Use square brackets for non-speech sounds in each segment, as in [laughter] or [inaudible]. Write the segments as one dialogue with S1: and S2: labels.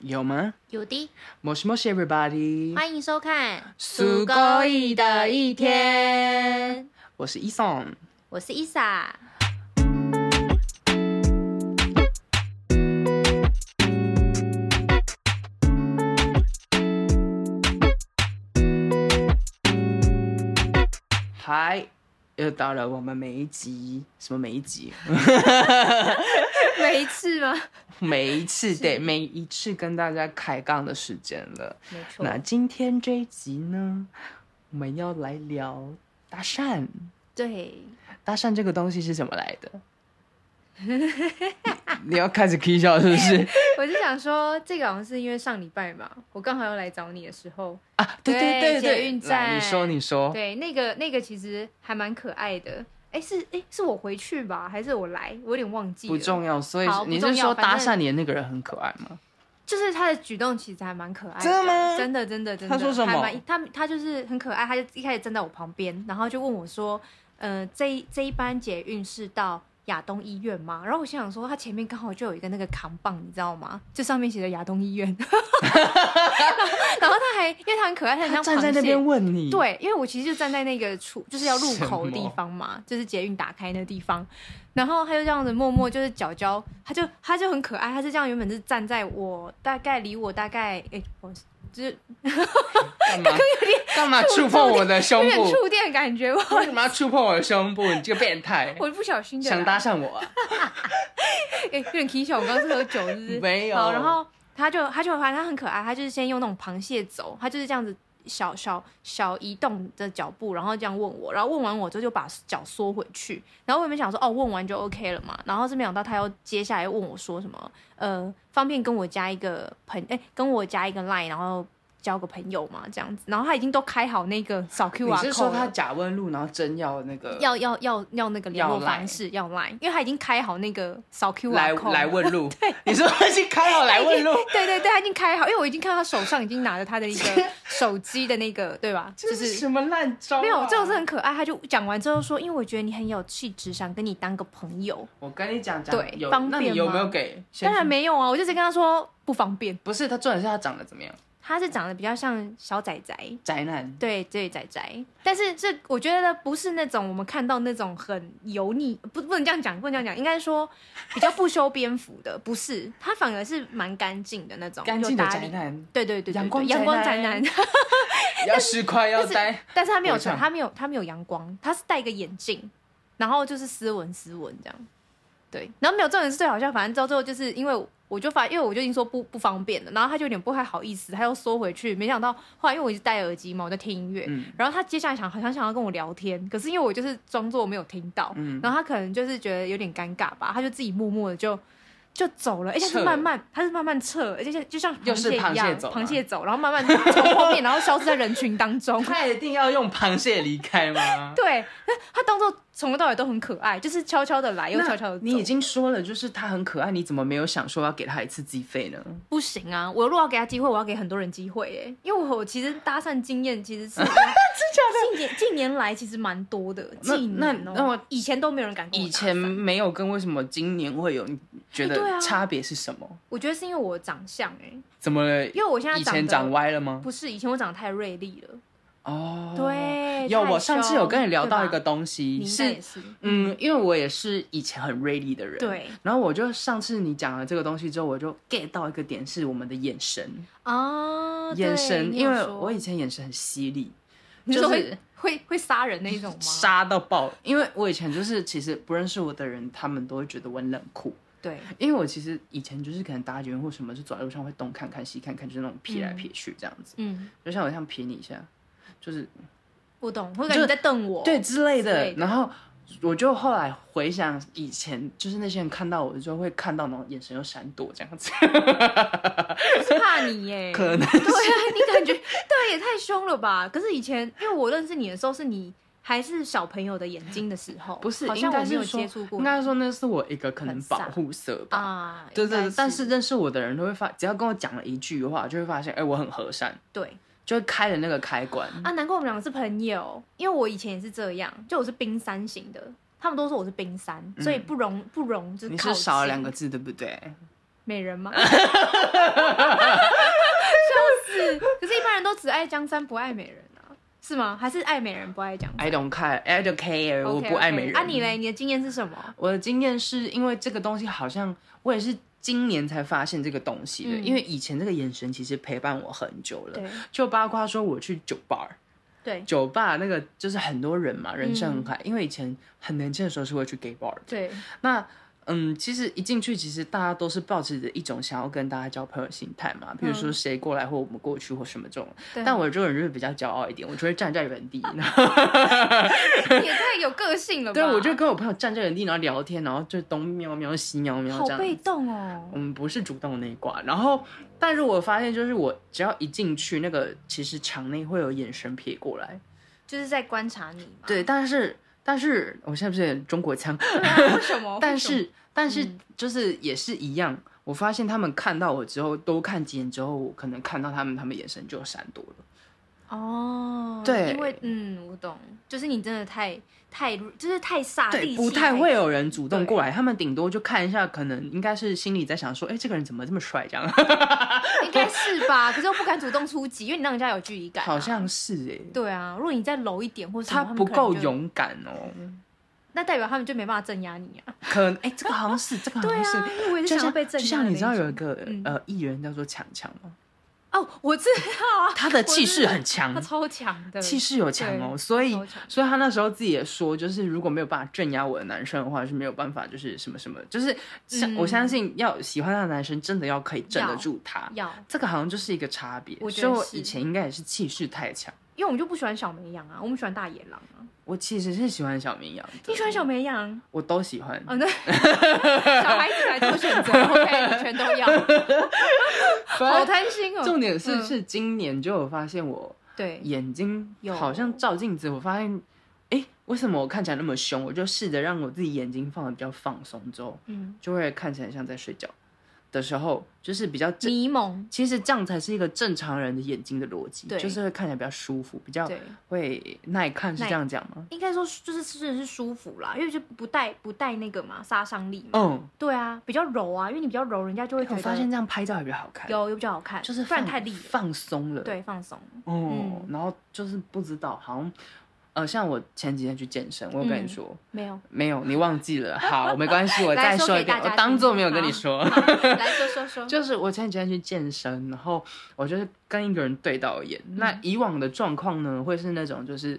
S1: 有吗？
S2: 有的，
S1: もしもし everybody，
S2: 欢迎收看
S1: す
S2: 高
S1: ごい的一天，我是伊松。
S2: 我是伊 [laughs] 莎。
S1: 嗨，又到了我们每一集什么每一集， [laughs]
S2: 每一次吗？
S1: 每一次对每一次跟大家开杠的时间了。
S2: 没错，
S1: 那今天这一集呢，我们要来聊搭讪。
S2: 对，
S1: 搭讪这个东西是怎么来
S2: [laughs]
S1: 的？你要开始 k 笑是不
S2: [laughs]
S1: 是？
S2: 我就想说，这个好像是因为上礼拜嘛，我刚好要来找你的时候，
S1: 啊，对
S2: 对
S1: 对对
S2: 捷运
S1: 对，来
S2: 站
S1: 你说你说，
S2: 对，那个那个其实还蛮可爱的。哎，是哎，是我回去吧，还是我来？我有点忘记了。
S1: 不重要。所以
S2: 好
S1: 你
S2: 不重
S1: 是
S2: 要
S1: 说搭
S2: 反正
S1: 讪你的那个人很可爱吗？
S2: 就是他的举动其实还蛮可爱的，
S1: 真的吗
S2: 真的真的真的。
S1: 他说什么
S2: 还蛮他他就是很可爱，他就一开始站在我旁边，然后就问我说：“呃，这一这一班捷运是到亚东医院吗？”然后我心想说，他前面刚好就有一个那个扛棒，你知道吗？就上面写着亚东医院。然 [laughs] 后然后他还因为他很可爱，他很
S1: 他
S2: 像
S1: 站在那
S2: 螃
S1: 边
S2: 蟹。
S1: 问你，，
S2: 对，因为我其实就站在那个出就是要入口的地方嘛，就是捷运打开那个地方，然后他就这样子默默就是脚脚，他就他就很可爱，他是这样原本是站在我大概离我大概哎、我就是
S1: 干嘛 [laughs] 干嘛触碰我的胸
S2: 有点
S1: 部？
S2: 触电的感觉，我
S1: [laughs] 为什么要触碰我的胸部？你这个变态，
S2: 我不小心的啦
S1: 想搭讪我
S2: [laughs]
S1: 啊？
S2: 哎、有点提小，我刚刚是喝酒是不是？
S1: 没有
S2: 好，然后他就他就发现他很可爱，他就是先用那种螃蟹走，他就是这样子小小小移动的脚步，然后这样问我，然后问完我之后就把脚缩回去，然后我也没想说哦问完就 OK 了嘛，然后是没想到他又接下来问我说什么呃方便跟我加一个朋哎、跟我加一个 line，然后。交个朋友嘛，这样子，然后他已经都开好那个扫
S1: 你
S2: QR
S1: 是
S2: code
S1: 说
S2: 了
S1: 他假问路，然后真要那个
S2: 要要要要那个联络
S1: 要 Line
S2: 方式，要 line，因为他已经开好那个扫 QR
S1: 来
S2: code
S1: 来问
S2: [laughs]
S1: 路？你说他去开好来
S2: 哎
S1: 问 [laughs] 路？
S2: 对对对，他已经开好，因为我已经看到他手上已经拿着他的
S1: [laughs]
S2: 一个手机的那个，对吧？就
S1: 这是
S2: 是
S1: 什么烂招啊？
S2: 没有，这种是很可爱。他就讲完之后说，因为我觉得你很有气质，想跟你当个朋友。
S1: 我跟你讲讲
S2: 对
S1: 有
S2: 方
S1: 那
S2: 便
S1: 你有
S2: 吗
S1: 没有给？
S2: 当然没有啊，我就直接跟他说不方便。
S1: 不是，他重点是他长得怎么样？
S2: 他是长得比较像小仔仔，
S1: 宅男，
S2: 对对仔仔，但是这我觉得不是那种我们看到那种很油腻，不不能这样讲，不能这样讲，应该说比较不修边幅的，不是，他反而是蛮干净的那种，
S1: 干净
S2: 有
S1: 的
S2: 打
S1: 宅
S2: 理。
S1: 男，
S2: 对对对对对
S1: 阳光
S2: 阳光
S1: 宅
S2: 宅男
S1: 男，要市侩，要
S2: 但是
S1: 呆，
S2: 但是他没有
S1: 我想
S2: 穿，他没有，他没有阳光，他是戴一个眼镜，然后就是斯文斯文这样。对，然后没有重点是最好笑，反正到最后就是因为我就发，因为我就已经说不不方便了，然后他就有点不太好意思，他又缩回去。没想到后来因为我一直戴耳机嘛，我在听音乐，
S1: 嗯
S2: 然后他接下来想好像想要跟我聊天，可是因为我就是装作没有听到，
S1: 嗯，
S2: 然后他可能就是觉得有点尴尬吧，他就自己默默的就就走了，而且
S1: 撤
S2: 是慢慢，他是慢慢撤，而且就就像
S1: 又
S2: 螃
S1: 是
S2: 蟹
S1: 螃
S2: 一样，
S1: 蟹走吗
S2: 螃蟹走，然后慢慢从后面，然后消失在人群
S1: [laughs]
S2: 当中。？
S1: 他一定要用螃蟹离开吗
S2: 对，那他动作从头到尾都很可爱，就是悄悄的来， [laughs] 又
S1: 那
S2: 悄悄的走。
S1: 你已经说了，就是他很可爱，你怎么没有想说要给他一次机会呢？
S2: 不行啊！我如果要给他机会，我要给很多人机会耶，因为我其实搭讪经验其实
S1: [laughs]
S2: 是近年近年来其实蛮多的，
S1: 那
S2: 近
S1: 那
S2: 年哦
S1: 那我
S2: 以前都没有人敢跟我
S1: 以
S2: 搭
S1: 前
S2: 讪
S1: 没有跟，为什么今年会有？你觉
S2: 哎对啊
S1: 得差别是什么？
S2: 我觉得是因为我的长相哎，
S1: 怎么了？
S2: 因为我现在
S1: 以
S2: 得
S1: 前长歪了吗？
S2: 不是，以前我长得太锐利了。
S1: 哦，
S2: 对，
S1: 有
S2: 太
S1: 我上次有跟你聊到一
S2: 凶，对
S1: 个
S2: 吧
S1: 东西
S2: 你应该
S1: 是。
S2: 也是，
S1: 嗯，因为我也是以前很锐利的人，
S2: 对。
S1: 然后我就上次你讲了这个东西之后，我就 get 到一个点是我们的眼神，
S2: 啊，
S1: 眼
S2: 对
S1: 神，
S2: 你
S1: 因
S2: 有
S1: 为
S2: 说
S1: 我以前眼神很犀利，
S2: 你
S1: 就
S2: 说
S1: 是
S2: 会会会杀人那一种吗？
S1: 杀到爆。因为我以前就是其实不认识我的人，他们都会觉得我很冷酷，
S2: 对，
S1: 因为我其实以前就是可能搭捷运或什么，就走在路上会东看看西看看，就是那种瞥来瞥去这样子，
S2: 嗯，
S1: 就像我像瞥你一下，就是
S2: 我懂，会感觉你在瞪我。
S1: 对之类
S2: 之
S1: 的。
S2: 类的
S1: 然后我就后来回想以前，就是那些人看到我就会看到那种眼神又闪躲这样 [laughs] 子，
S2: 是怕
S1: [laughs]
S2: 你耶。
S1: 可能
S2: 对啊，你感觉对也太凶了吧？可是以前因为我认识你的时候，是你还是小朋友的眼睛的时候，
S1: 不是，
S2: 好
S1: 应
S2: 像我
S1: 该
S2: 没有
S1: 是说
S2: 接触过
S1: 应
S2: 你
S1: 该说那是我一个可能
S2: 很
S1: 保
S2: 傻
S1: 护色吧。
S2: 啊。
S1: 哦对
S2: 应
S1: 对
S2: 该
S1: 对，但是认识我的人都会发，只要跟我讲了一句话，就会发现，哎、我很和善，
S2: 对
S1: 就会开了那个开关。
S2: 啊，难怪我们两个是朋友，因为我以前也是这样，就我是冰山型的，他们都说我是冰山，所以不容不容就是
S1: 嗯你
S2: 靠
S1: 是少了
S2: 近
S1: 两个字，对不对？
S2: 美人
S1: [laughs]
S2: 吗？ [laughs] 笑死！可是，一般人都只爱江山不爱美人啊，是吗？还是爱美人不爱江山
S1: I don't care, I don't care，我
S2: OK，OK
S1: 不爱美人。
S2: 啊，你嘞？你的经验是什么？
S1: 我的经验是因为这个东西好像我也是今年才发现这个东西的，
S2: 嗯
S1: 因为以前这个眼神其实陪伴我很久了。
S2: 对
S1: 就包括说我去酒吧，
S2: 对嗯
S1: 酒吧那个就是很多人嘛，人山很海。因为以前很年轻的时候是会去 gay bar 的。
S2: 对，
S1: 那嗯，其实一进去，其实大家都是抱持着一种想要跟大家交朋友的心态嘛，比如说
S2: 嗯
S1: 谁过来或我们过去或什么这种。
S2: 对
S1: 但我这个人就是比较骄傲一点，我就会站在原地，然后
S2: 你也太有个性了吧？
S1: 对我就跟我朋友站在原地，然后聊天，然后就东喵喵西喵喵
S2: 好
S1: 这样
S2: 被动哦。
S1: 我们不是主动的那一挂。然后，但是我发现就是我只要一进去，那个其实场内会有眼神瞥过来。
S2: 就是在观察你嘛。
S1: 对，但是但是我现在不是有点中国腔，
S2: 对啊，为什么？
S1: 但
S2: 为什么
S1: 是但是
S2: 嗯
S1: 就是也是一样。我发现他们看到我之后，多看几眼之后，我可能看到他们，他们眼神就闪躲了。
S2: 哦，
S1: 对
S2: 因为嗯，我懂，就是你真的太太就是太煞地
S1: 对，
S2: 气
S1: 不太会有人主动
S2: 对
S1: 过来，他们顶多就看一下，可能应该是心里在想说，哎，这个人怎么这么帅这样？
S2: 应该是吧？可是又不敢主动出击，因为你让人家有距离感
S1: [laughs]
S2: 啊、
S1: 好像是哎、
S2: 对啊，如果你再柔一点或者什么
S1: 他
S2: 们
S1: 不
S2: 可能
S1: 够
S2: 就，
S1: 勇敢哦。
S2: 那代表他们就没办法镇压你啊。 [laughs]
S1: 可能哎，这个好像是，这个好
S2: 对
S1: 像是。
S2: 啊，因为我也是
S1: 就
S2: 想要
S1: 像
S2: 被镇
S1: 就
S2: 压。
S1: 像你知道有一。个、
S2: 嗯
S1: 呃艺人叫做强强吗？
S2: 哦，我知道啊，
S1: 他的气
S2: 我知
S1: 势
S2: 道
S1: 很强
S2: 他，超强的，
S1: 气势有强哦，所以
S2: 超强
S1: 所以他那时候自己也说，就是如果没有办法镇压我的男生的话，是没有办法，就是什么什么，就是像、
S2: 嗯
S1: 我相信要喜欢他的男生，真的要可以镇得住他。
S2: 要，
S1: 这个好像就是一个差别，
S2: 我觉
S1: 所以
S2: 得
S1: 我
S2: 是
S1: 以前应该也是气势太强。
S2: 因为我们就不喜欢小绵羊啊，我们喜欢大野狼啊。
S1: 我其实是喜欢小绵羊的，
S2: 你喜欢小绵羊？
S1: 我都喜欢。
S2: 哦，对， [laughs] 小孩子来做选择，OK，你全 [laughs] 都要，好
S1: 反正
S2: 贪心哦。
S1: 重点是、
S2: 嗯
S1: 是今年就有发现我
S2: 对，
S1: 眼睛
S2: 有
S1: 好像照镜子，我发现，哎、为什么我看起来那么凶？我就试着让我自己眼睛放的比较放松，之后
S2: 嗯，
S1: 就会看起来像在睡觉的时候，就是比较正。
S2: 迷蒙，
S1: 其实这样才是一个正常人的眼睛的逻辑，
S2: 对
S1: 就是会看起来比较舒服，比较
S2: 对，
S1: 会耐看，是
S2: 耐
S1: 这样讲吗？
S2: 应该说就是真的是舒服啦，因为就不带不带那个嘛杀伤力嘛。
S1: 嗯，
S2: 对啊，比较柔啊，因为你比较柔，人家就会觉
S1: 我
S2: 得
S1: 发现这样拍照也比较好看，
S2: 有又比较好看，
S1: 就是
S2: 不然
S1: 放
S2: 太力了。
S1: 放松了，，
S2: 对，放松。
S1: 哦
S2: 嗯，
S1: 然后就是不知道，好像，呃，像我前几天去健身，我有跟你
S2: 嗯
S1: 说，
S2: 没有，
S1: 没有，你忘记
S2: [laughs]
S1: 了。好，没关系，我
S2: 来
S1: 再
S2: 说
S1: 说一
S2: 给大
S1: 遍，我
S2: 家
S1: 当
S2: 听
S1: 做没有跟你说。 [laughs]
S2: 好 [laughs] 来说说说，嗯
S1: 就是我前几天去健身，然后我就是跟一个人对到眼。
S2: 嗯
S1: 那以往的状况呢，会是那种就是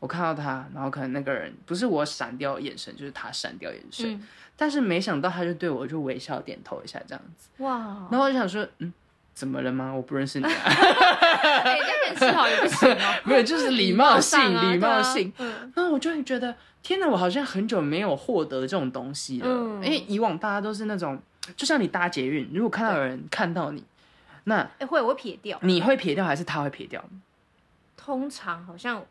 S1: 我看到他，然后可能那个人不是我闪掉眼神，就是他闪掉眼神。
S2: 嗯，
S1: 但是没想到他就对我就微笑点头一下这样子，
S2: 哇，哦 [laughs]
S1: 然后我就想说，嗯，怎么了吗？我不认识你、啊，
S2: 哎，人家跟你示好也不行 [laughs] 哦，
S1: 没有，就是礼貌性，
S2: 上啊
S1: 礼
S2: 对
S1: 貌
S2: 啊
S1: 性。
S2: 嗯，
S1: 然后我就会觉得，天哪，我好像很久没有获得这种东西了。
S2: 嗯
S1: 因为以往大家都是那种，就像你搭捷运，如果看到有人看到你，那
S2: 哎，会我会撇掉。
S1: 你会撇掉还是他会撇掉？
S2: 通常好像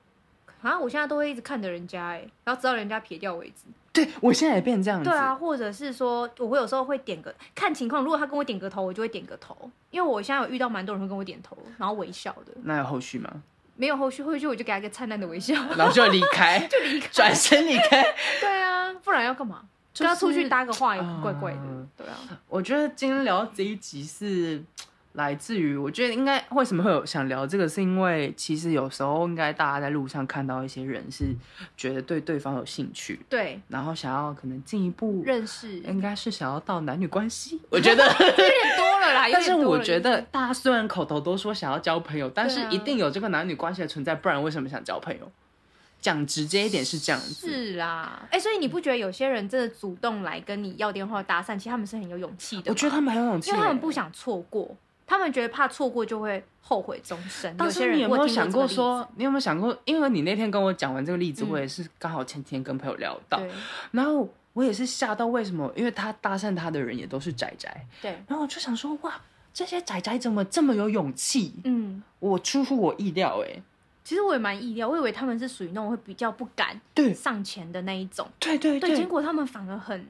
S2: 啊，我现在都会一直看着人家哎、然后直到人家撇掉为止。
S1: 对我现在也变这样子。
S2: 对啊，或者是说，我会有时候会点个看情况，如果他跟我点个头，我就会点个头，因为我现在有遇到蛮多人会跟我点头，然后微笑的，
S1: 那有后续吗？
S2: 没有后续，后续我就给他一个灿烂
S1: [laughs]
S2: 的微笑。
S1: 然后就离
S2: [laughs]
S1: 开，就离开，转身离开。
S2: 对啊，不然要干嘛？
S1: 就是
S2: 跟他出去搭个话也怪怪的。
S1: 嗯
S2: 对啊，
S1: 我觉得今天聊这一集是来自于，我觉得应该为什么会有想聊这个，是因为其实有时候应该大家在路上看到一些人是觉得对对方有兴趣，
S2: 对，
S1: 然后想要可能进一步
S2: 认识 [laughs] 有
S1: 应该是想要到男女关系，我觉得。
S2: 点多了啦，
S1: [laughs]
S2: 有
S1: 但是
S2: 点多了
S1: 我觉得 [laughs] 啊大家虽然口头都说想要交朋友，但是一定有这个男女关系的存在，不然为什么想交朋友？讲直接一点是这样子，
S2: 是啦，哎、所以你不觉得有些人真的主动来跟你要电话搭讪，其实他们是很有勇气的吗？
S1: 我觉得他们很有勇气，
S2: 因为他们不。想错过，他们觉得怕错过就会后悔终生。
S1: 但
S2: 些
S1: 是
S2: 人
S1: 你有没
S2: 我
S1: 有
S2: 听
S1: 想
S2: 过
S1: 过
S2: 这个例
S1: 说，你有没有想过？因为你那天跟我讲完这个例子，
S2: 嗯
S1: 我也是刚好前天跟朋友聊
S2: 子
S1: 到，然后我也是吓到，为什么？因为他搭讪他的人也都是宅宅，
S2: 对对，
S1: 然后我就想说，哇，这些宅宅怎么这么有勇气？
S2: 嗯，
S1: 我出乎我意料、欸，哎，
S2: 其实我也蛮意料，我以为他们是属于那种会比较不敢
S1: 对
S2: 上前的那一种，
S1: 对对？
S2: 对，结果他们反而很，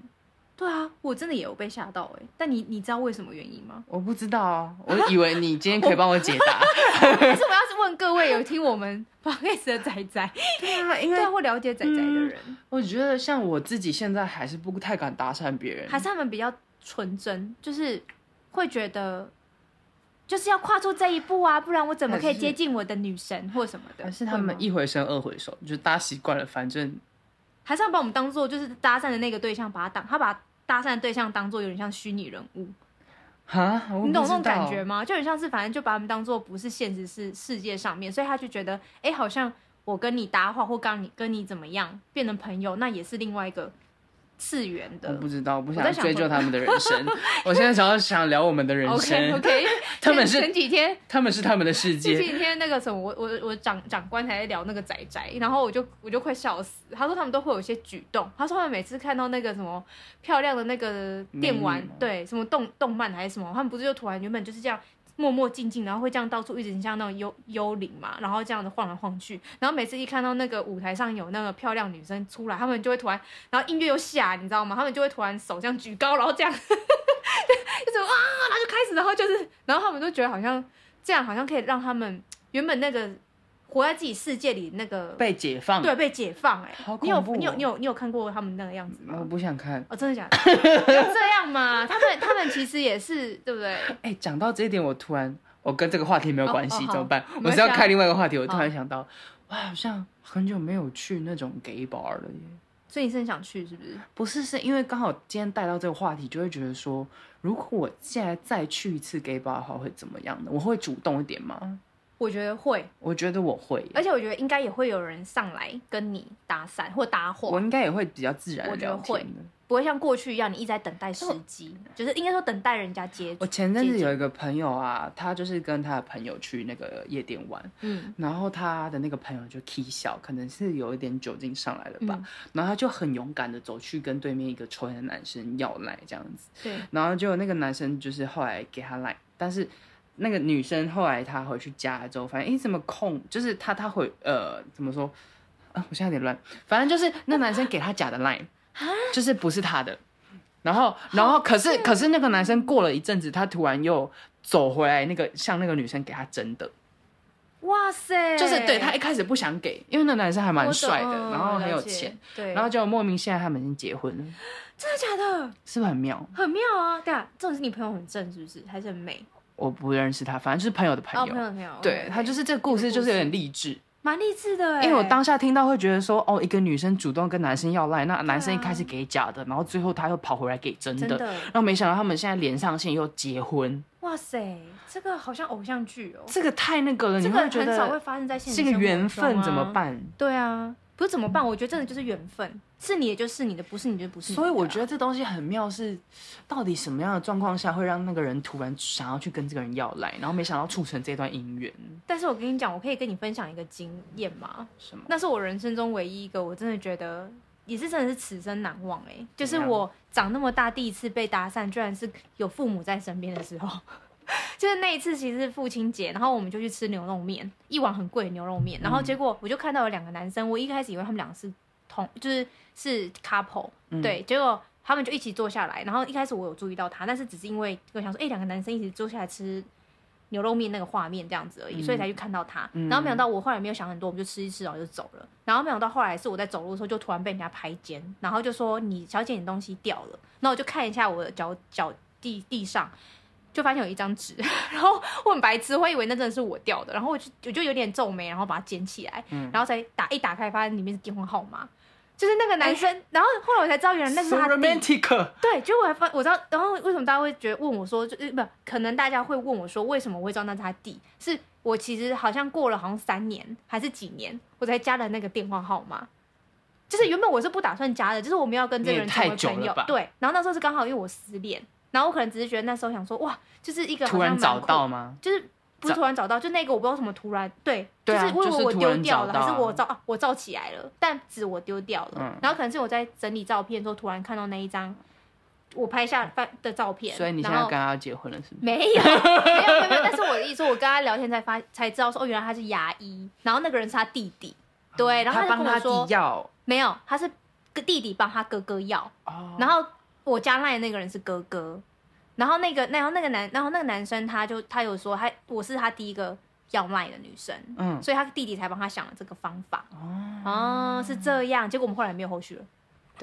S2: 对啊，我真的也有被吓到哎、但你你知道为什么原因吗
S1: [laughs] 我不知道啊，我以为你今天可以帮我解答。
S2: 还是我要是问各位有听我们 [laughs] podcast 的仔仔，
S1: 对啊，因
S2: [laughs] 对
S1: 为
S2: 啊，会了解仔仔的人，
S1: 我觉得像我自己现在还是不太敢搭讪别人，
S2: 还是他们比较纯真，就是会觉得就是要跨出这一步啊，不然我怎么可
S1: 还
S2: 以
S1: 是
S2: 接近我的女神或什么的？
S1: 还是他
S2: 会
S1: 们
S2: 吗
S1: 一回生二回熟，就是大家习惯了，反正
S2: 还是要把我们当做就是搭讪的那个对象，把他当他把搭讪的对象当做有点像虚拟人物，
S1: 哈，我
S2: 你
S1: 不
S2: 懂那
S1: 知
S2: 种感
S1: 道
S2: 觉吗？就很像是反正就把他们当做不是现实是世界上面，所以他就觉得哎、诶好像我跟你搭话或跟你跟你怎么样变成朋友，那也是另外一个次元
S1: 我
S2: 的
S1: 不。知道，我不
S2: 我
S1: 想
S2: 在想
S1: 追
S2: 会
S1: 究他们的人生。 [laughs] 我现在想要想聊我们的人
S2: OK
S1: 生，
S2: OK，
S1: [laughs] 他们
S2: 前
S1: 是
S2: 几天
S1: 他们是他们的世
S2: 前
S1: 界，
S2: 几天那个什么，我我我长长官还在聊那个仔仔，然后我就我就快笑死。他说他们都会有一些举动，他说他们每次看到那个什么漂亮的那个电
S1: 美
S2: 玩
S1: 女吗，
S2: 对，什么动动漫还是什么，他们不是就突然原本就是这样默默静静，然后会这样到处一直像那种幽幽灵嘛，然后这样子晃来晃去，然后每次一看到那个舞台上有那个漂亮女生出来，他们就会突然，然后音乐又下，你知道吗？他们就会突然手这样举高，然后这样， [laughs] 就是哇，然后就开始，然后就是，然后他们都觉得好像这样好像可以让他们原本那个活在自己世界里那个
S1: 被解放。
S2: 对被解放哎、
S1: 好
S2: 你有
S1: 恐怖哦嗯
S2: 你有你有你有看过他们那个样子
S1: 我
S2: 吗？
S1: 不想看。
S2: 哦，真的假的？ [laughs] 有这样吗？他们他们其实也是对不对？
S1: 哎、讲到这一点，我突然，我跟这个话题没有
S2: 哦
S1: 关
S2: 哦
S1: 系，
S2: 好
S1: 怎么办？
S2: 没
S1: 我嗯
S2: 关
S1: 是要
S2: 系啊
S1: 开另外一个话题。我突
S2: 好
S1: 然想到，我好像很久没有去那种 gay bar 了耶。
S2: 所以你是很想去是不是？
S1: 不是，是因为刚好今天带到这个话题，就会觉得说，如果我现在再去一次 gay bar 的话，会怎么样呢？我会主动一点吗？
S2: 我觉得会，
S1: 我觉得我会耶，
S2: 而且我觉得应该也会有人上来跟你搭讪或搭
S1: 我
S2: 话，
S1: 应该也会比较自然的
S2: 我觉得
S1: 聊天
S2: 会
S1: 的。
S2: 不会像过去一样你一直在等待时机，就是应该说等待人家接
S1: 我
S2: 触。
S1: 前阵子
S2: 接近
S1: 有一个朋友啊，他就是跟他的朋友去那个夜店玩，
S2: 嗯，
S1: 然后他的那个朋友就 k 小，可能是有一点酒精上来了吧，
S2: 嗯
S1: 然后他就很勇敢的走去跟对面一个抽烟的男生要奶这样子，
S2: 对，
S1: 然后就那个男生就是后来给他奶，但是那个女生后来她回去家了之后，发现诶怎么空，就是她她回呃怎么说啊，我现在有点乱，反正就是那男生给她假的 line，就是不是他的。然后，然后，可是，可是那个男生过了一阵子，他突然又走回来，那个向那个女生给他真的，
S2: 哇塞，
S1: 就是对他一开始不想给，因为那男生还蛮帅的
S2: 我懂，哦
S1: 然后很有
S2: 了解
S1: 钱，
S2: 对，
S1: 然后就莫名现在他们已经结婚了，
S2: 真的假的？
S1: 是不是很妙？
S2: 很妙啊！对啊，这种是你朋友很正是不是？还是很美？
S1: 我不认识他，反正就是朋友的朋
S2: 哦，
S1: 友。
S2: 朋友的朋友，
S1: 对
S2: OK，
S1: 他就是这个故
S2: 故
S1: 事，就是有
S2: 事
S1: 点励志。
S2: 蛮励志的欸
S1: 因为我当下听到会觉得说，哦，一个女生主动跟男生要赖，那男生一
S2: 啊
S1: 开始给假的，然后最后他又跑回来给真
S2: 真
S1: 的，
S2: 的，
S1: 然后没想到他们现在连上线又结婚，
S2: 哇塞，这个好像偶像剧哦，
S1: 这个太那个了，
S2: 这
S1: 你
S2: 个
S1: 会觉
S2: 很少会
S1: 得
S2: 发生在现
S1: 这
S2: 实
S1: 个
S2: 生活
S1: 缘
S2: 中
S1: 分
S2: 啊
S1: 怎么？办？
S2: 对啊，不是怎么办？我觉得真的就是缘分，是你也就是你的，不是你就不是你的啊。
S1: 所以我觉得这东西很妙是，到底什么样的状况下会让那个人突然想要去跟这个人要来，然后没想到促成这段姻缘？
S2: 但是我跟你讲，我可以跟你分享一个经验吗？
S1: 什么？
S2: 那是我人生中唯一一个，我真的觉得也是真的是此生难忘哎、就是
S1: 怎样
S2: 我长那么大第一次被搭讪，居然是有父母在身边的时候。 [laughs] 就是那一次，其实是父亲节，然后我们就去吃牛肉面，一碗很贵的牛肉面，
S1: 嗯
S2: 然后结果我就看到有两个男生，我一开始以为他们两个是同，就是是 couple，、
S1: 嗯
S2: 对，结果他们就一起坐下来，然后一开始我有注意到他，但是只是因为我想说，哎、两个男生一起坐下来吃牛肉面那个画面这样子而已，所以才去看到他。
S1: 嗯
S2: 然后没想到我后来没有想很多，我们就吃一吃，然后就走了。然后没想到后来是我在走路的时候，就突然被人家拍肩，然后就说：“你小姐，你东西掉了。”然后我就看一下我的脚脚地地上。就发现有一张纸， [laughs] 然后我很白痴，我以为那真的是我掉的，然后我就我就有点皱眉，然后把它捡起来，
S1: 嗯
S2: 然后才打一打开，发现里面是电话号码，就是那个男生，
S1: 哎
S2: 然后后来我才知道原来那是
S1: So
S2: 他弟
S1: romantic，
S2: 对，结果我还发我知道，然后为什么大家会觉得问我说，就是呃不可能大家会问我说，为什么我会知道那是他弟？是我其实好像过了好像三年还是几年，我才加了那个电话号码。就是原本我是不打算加的，就是我们要跟这个人
S1: 你也
S2: 成
S1: 太
S2: 为
S1: 久
S2: 朋
S1: 了
S2: 友
S1: 吧，
S2: 对。然后那时候是刚好因为我失恋，然后我可能只是觉得那时候想说，哇，就是一个好
S1: 突然
S2: 像蛮
S1: 找
S2: 酷
S1: 到吗？
S2: 就是不是突然找到，就那个我不知道什么突然，对，
S1: 对啊
S2: 就是我以
S1: 就是
S2: 为我
S1: 突然
S2: 丢掉了，
S1: 找到啊
S2: 还是我照、啊、我照起来了，但纸我丢掉了，
S1: 嗯
S2: 然后可能是我在整理照片的时候突然看到那一张我拍下的照片，
S1: 所以你现在
S2: 然
S1: 要
S2: 后
S1: 跟他结婚了，是不是？
S2: 没有，没有，没有，没有。但是我的意思，我跟他聊天才发才知道说，哦，原来他是牙医，然后那个人是他弟弟，对，然后
S1: 哦他
S2: 就
S1: 帮
S2: 跟
S1: 他
S2: 我说
S1: 弟，要
S2: 没有，他是哥弟弟帮他哥哥要，
S1: 哦，
S2: 然后我加赖的那个人是哥哥，然后那个然后那个男然后那个男生他就他有说他我是他第一个要赖的女生，
S1: 嗯，
S2: 所以他弟弟才帮他想了这个方法
S1: 哦，
S2: 哦，是这样。结果我们后来没有后续了， [laughs]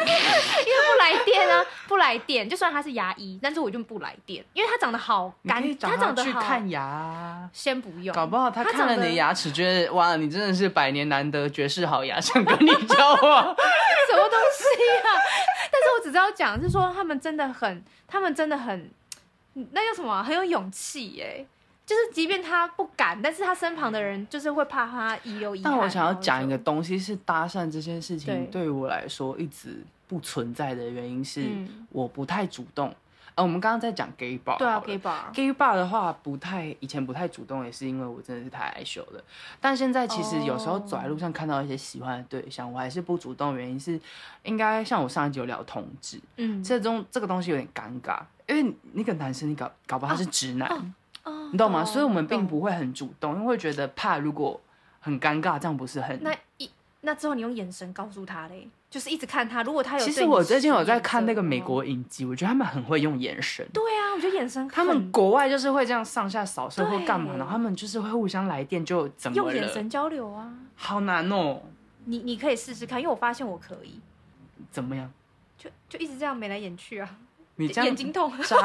S2: 不来电啊，不来电。就算他是牙医，但是我就不来电，因为他长得好
S1: 你
S2: 干
S1: 可以，找
S2: 他长得
S1: 去
S2: 好。
S1: 看牙啊。
S2: 先不用，
S1: 搞不好他
S2: 他
S1: 看
S2: 长
S1: 了你
S2: 得
S1: 的牙齿，觉得哇，你真的是百年难得绝世好牙，想
S2: [laughs]
S1: 跟你交往。
S2: 什么东西啊？但是我只知道讲是说他们真的很，他们真的很，那叫什么啊、很有勇气耶、就是即便他不敢，但是他身旁的人就是会怕他遗留遗憾。
S1: 但我想要
S2: 然后就
S1: 讲一个东西，是搭讪这件事情
S2: 对
S1: 对我来说一直不存在的原因是
S2: 嗯，
S1: 我不太主动。呃，我们刚刚在讲 gay bar，
S2: 对啊
S1: 好了
S2: ，gay bar，
S1: gay bar 的话，不太以前不太主动，也是因为我真的是太害羞了。但现在其实有时候走在路上看到一些喜欢的对象，我还是不主动，原因是应该像我上一集有聊同志，
S2: 嗯，
S1: 这种这个东西有点尴尬，因为那个男生你搞搞不好他是直男，
S2: 哦
S1: 你懂吗？所以我们并
S2: 懂
S1: 不会很主动，因为会觉得怕如果很尴尬，这样不是很。
S2: 那一那之后，你用眼神告诉他嘞，就是一直看他。如果他有对
S1: 其实
S2: 你使眼色的话，
S1: 我最近有在看那个美国影集，我觉得他们很会用眼神。
S2: 对啊，我觉得眼神
S1: 他们
S2: 很
S1: 国外就是会这样上下扫射或
S2: 对
S1: 干嘛，然后他们就是会互相来电，就怎么
S2: 用眼
S1: 了？
S2: 神交流啊。
S1: 好难哦，
S2: 你你可以试试看，因为我发现我可以，
S1: 怎么样？
S2: 就就一直这样眉来眼去啊，
S1: 你这样
S2: 眼睛
S1: [laughs]
S2: 痛。
S1: 眨，
S2: [laughs]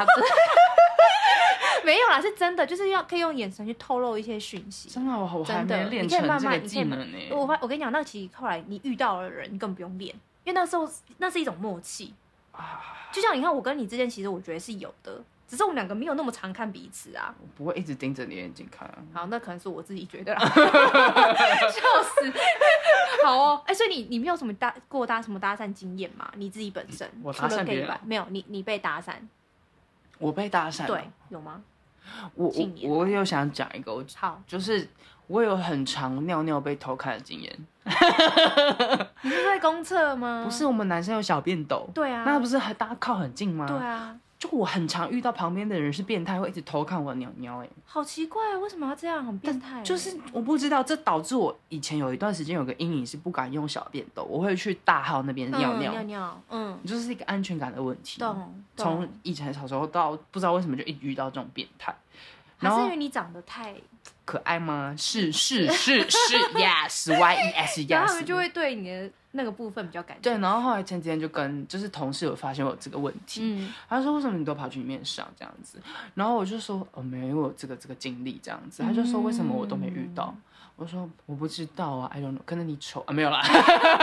S2: 没有啦，是真的，就是要可以用眼神去透露一些讯息。
S1: 真的哦我我还
S2: 真的
S1: 没练
S2: 你可以
S1: 成
S2: 慢
S1: 这
S2: 慢
S1: 个
S2: 你可以
S1: 技
S2: 慢
S1: 能欸呢。
S2: 我发我跟你讲，那其实后来你遇到的人，你更不用练，因为那时候那是一种默契。
S1: 啊
S2: 就像你看，我跟你之间其实我觉得是有的，只是我们两个没有那么常看彼此啊。
S1: 我不会一直盯着你的眼睛看啊。
S2: 好，那可能是我自己
S1: [laughs]
S2: 觉得啦， [laughs] 笑死。好哦，哎、所以你你没有什么搭过搭什么搭讪经验吗？你自己本身
S1: 我
S2: 除
S1: 搭
S2: 了
S1: 讪别
S2: gay
S1: 人
S2: 吧，没有，你你被搭讪，
S1: 我被搭讪了，哦
S2: 对，有吗？
S1: 我
S2: 近
S1: 我
S2: 年
S1: 我有想讲一个，我
S2: 好，
S1: 就是我有很长尿尿被偷看的经验，
S2: 你是在公厕吗？
S1: 不是，我们男生有小便斗，
S2: 嗯对啊，
S1: 那不是很大家靠很近吗？
S2: 对啊，
S1: 就我很常遇到旁边的人是变态，会一直偷看我的尿尿、欸，
S2: 好奇怪，为什么要这样？很变态，
S1: 就是我不知道，这导致我以前有一段时间有个阴影是不敢用小便斗，我会去大号那边
S2: 嗯
S1: 尿尿，
S2: 尿尿，嗯，
S1: 就是一个安全感的问题。
S2: 懂，
S1: 从
S2: 懂。
S1: 以前小时候到不知道为什么就一直遇到这种变态，
S2: 还
S1: 然
S2: 是
S1: 后
S2: 因为你长得太，
S1: 可爱吗？是是是是
S2: [laughs]
S1: ，yes y e s
S2: 然后他们就
S1: yes。
S2: 会对你的那个部分比较感
S1: 对，
S2: 兴趣，
S1: 然后后来前几天就跟就是同事有发现我有这个问题，
S2: 嗯，
S1: 他说为什么你都跑去里面上这样子？然后我就说哦没有，因为我这个这个经历这
S2: 嗯
S1: 样子。他就说为什么我都没遇到？我说我不知道啊，I don't know，可能你丑啊，没有啦， [laughs]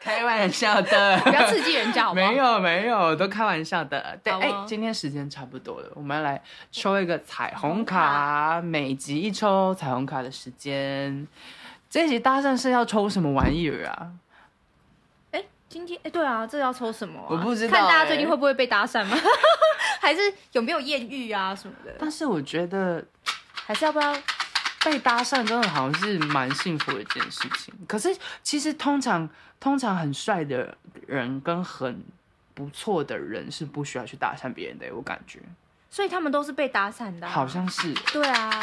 S1: 开玩笑的，
S2: 不要刺激人家，好不好
S1: [laughs] 没？有没有，都开玩笑的。对，
S2: 好
S1: 哎、
S2: 哦
S1: 今天时间差不多了，我们要来抽一个彩虹
S2: 彩
S1: 卡，每集一抽彩虹卡的时间。这一集搭讪是要抽什么玩意儿啊？
S2: 哎，今天哎，对啊，这要抽什么啊？
S1: 我不知道
S2: 看大家
S1: 哎
S2: 最近会不会被搭讪吗？ [laughs] 还是有没有艳遇啊什么的？
S1: 但是我觉得
S2: 还是要不要？
S1: 被搭讪真的好像是蛮幸福的一件事情。可是其实通常通常很帅的人跟很不错的人是不需要去搭讪别人的，我感觉
S2: 所以他们都是被搭讪的啊，
S1: 好像是。
S2: 对啊。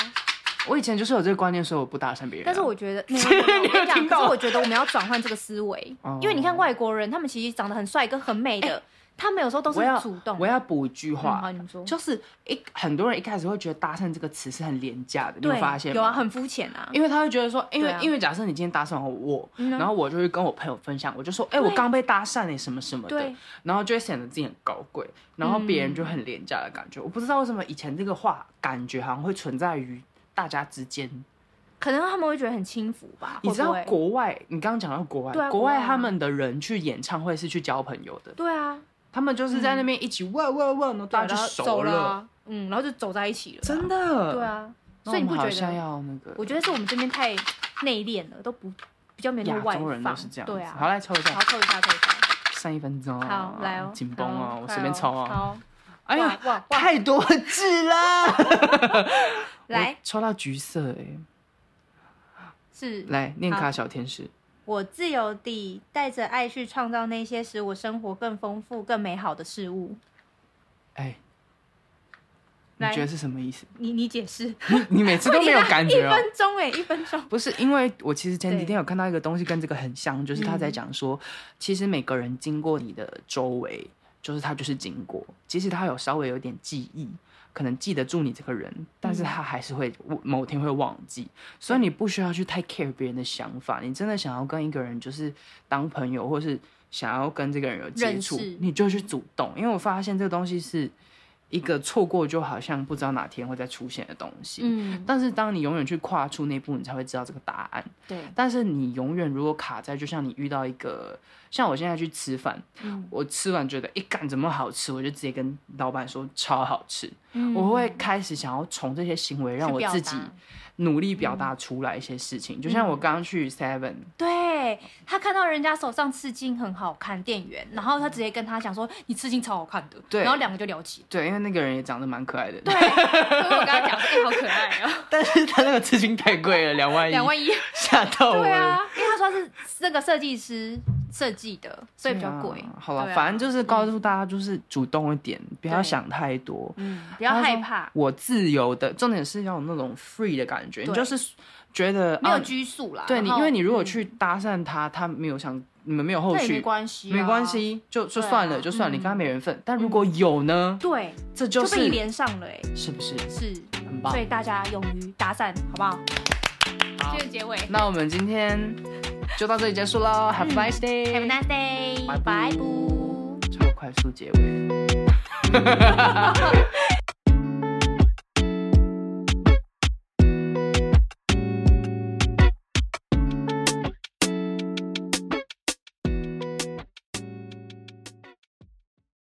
S1: 我以前就是有这个观念，说我不搭讪别人啊、
S2: 但是我觉得，没
S1: [laughs]
S2: 有没有没有我跟你讲，
S1: 听
S2: 可
S1: 到
S2: 是我觉得我们要转换这个思维
S1: 哦，哎
S2: 因为你看外国人，他们其实长得很帅跟很美的，他们有时候都是
S1: 我要
S2: 主动。
S1: 我要补一句
S2: 嗯
S1: 话，
S2: 好，你说，
S1: 就是一很多人一开始会觉得搭讪这个词是很廉价的，你有
S2: 对，
S1: 发现吗？
S2: 有啊，很肤浅啊。
S1: 因为他会觉得说，因为、
S2: 对啊
S1: 因为假设你今天搭讪我，
S2: 嗯啊
S1: 然后我就会跟我朋友分享，我就说，哎、我
S2: 对
S1: 刚被搭讪哎、什么什么的
S2: 对，
S1: 然后就会显得自己很高贵，然后别人就很廉价的感觉。我不知道为什么以前这个话感觉好像会存在于大家之间。
S2: 可能他们会觉得很轻浮吧。
S1: 你知道
S2: 会不会
S1: 国外，你刚刚讲到国外，
S2: 对啊
S1: 国
S2: 国外
S1: 外
S2: 啊
S1: 他们的人去演唱会是去交朋友的，
S2: 对啊，
S1: 他们就是在那边一起哇哇哇，然后大
S2: 对
S1: 家就
S2: 然后
S1: 熟
S2: 走了啊，嗯，然后就走在一起了啊。
S1: 真的。
S2: 对啊，
S1: 那
S2: 所以你
S1: 我
S2: 不
S1: 们
S2: 觉
S1: 好像
S2: 得？
S1: 要那个？
S2: 我觉得是我们这边太内敛了，都不比较没那
S1: 亚
S2: 么外
S1: 洲人都
S2: 放
S1: 是这样子。
S2: 对啊，
S1: 好，来抽一下
S2: 好，，抽一下，抽一下。
S1: 剩一分钟哦，
S2: 好，来哦，
S1: 紧绷
S2: 好
S1: 哦，我
S2: 快
S1: 随便抽哦。
S2: 好，
S1: 哎呀，
S2: 哇哇哇，
S1: 太多字了，
S2: [laughs] 来
S1: 我抽到橘色哎，
S2: 是
S1: 来念
S2: 好
S1: 卡小天使，
S2: 我自由地带着爱去创造那些使我生活更丰富、更美好的事物。
S1: 哎，你
S2: 来
S1: 觉得是什么意思？
S2: 你你解释，
S1: 你每
S2: [laughs]
S1: 次都没有感觉
S2: 一
S1: 哦。
S2: 分钟哎，一分钟。
S1: 不是，因为我其实前几
S2: 对嗯
S1: 天有看到一个东西跟这个很像，就是他在讲说，其实每个人经过你的周围，就是他就是经过，即使他有稍微有点记忆，可能记得住你这个人，但
S2: 嗯
S1: 是他还是会某天会忘记，所以你不需要去太 care 别人的想法，你真的想要跟一个人就是当朋友，或是想要跟这个人有接
S2: 认
S1: 触
S2: 识，嗯
S1: 你就去主动，因为我发现这个东西是一个错过就好像不知道哪天会再出现的东西。
S2: 嗯，
S1: 但是当你永远去跨出那一步，你才会知道这个答案。
S2: 对，
S1: 但是你永远如果卡在，就像你遇到一个，像我现在去吃饭，
S2: 嗯
S1: 我吃完觉得一干怎么好吃，我就直接跟老板说超好吃。
S2: 嗯
S1: 我会开始想要从这些行为让
S2: 去
S1: 我
S2: 表
S1: 自己
S2: 达嗯
S1: 努力表达出来一些事情。就像我刚刚去 Seven，
S2: 对他看到人家手上刺青很好看，店员，然后他直接跟他讲说：“你刺青超好看的。”
S1: 对
S2: 然后两个就聊起。
S1: 对，因为那个人也长得蛮可爱的，
S2: 对，所以 [laughs] 我跟他讲说：“哎、好可爱哦、
S1: [laughs] 但是他那个刺青太贵了，两万一，
S2: 两万一。
S1: 吓”到哎哦我了。
S2: 对啊，因为他说他是那个设计师设计的，所以比较贵
S1: 对。啊好了，
S2: 对啊
S1: 反正就是告诉大家，就是主动一点，不要
S2: 对
S1: 想太多。
S2: 嗯，比较害怕，
S1: 我自由的，重点是要有那种 free 的感觉，你
S2: 对
S1: 就是觉得
S2: 没有
S1: 啊
S2: 拘束啦。
S1: 对你，
S2: 然后嗯
S1: 因为你如果去搭讪他，他没有想你们没有后
S2: 那也没
S1: 续，
S2: 关系、啊
S1: 没关。系，就就
S2: 对啊
S1: 算了，就算了，你
S2: 嗯
S1: 跟他没缘分。但如果有呢，
S2: 对，
S1: 这就
S2: 就是被你连上了、哎，
S1: 是不是
S2: 是，
S1: 很棒
S2: 所？以大家勇于搭讪，好不好？
S1: 好嗯
S2: 这是结尾。
S1: 那我们今天就到这里结束喽，Have a
S2: 嗯
S1: nice
S2: Have a
S1: day，
S2: nice day，
S1: 拜拜
S2: 拜拜。
S1: 超快速结尾。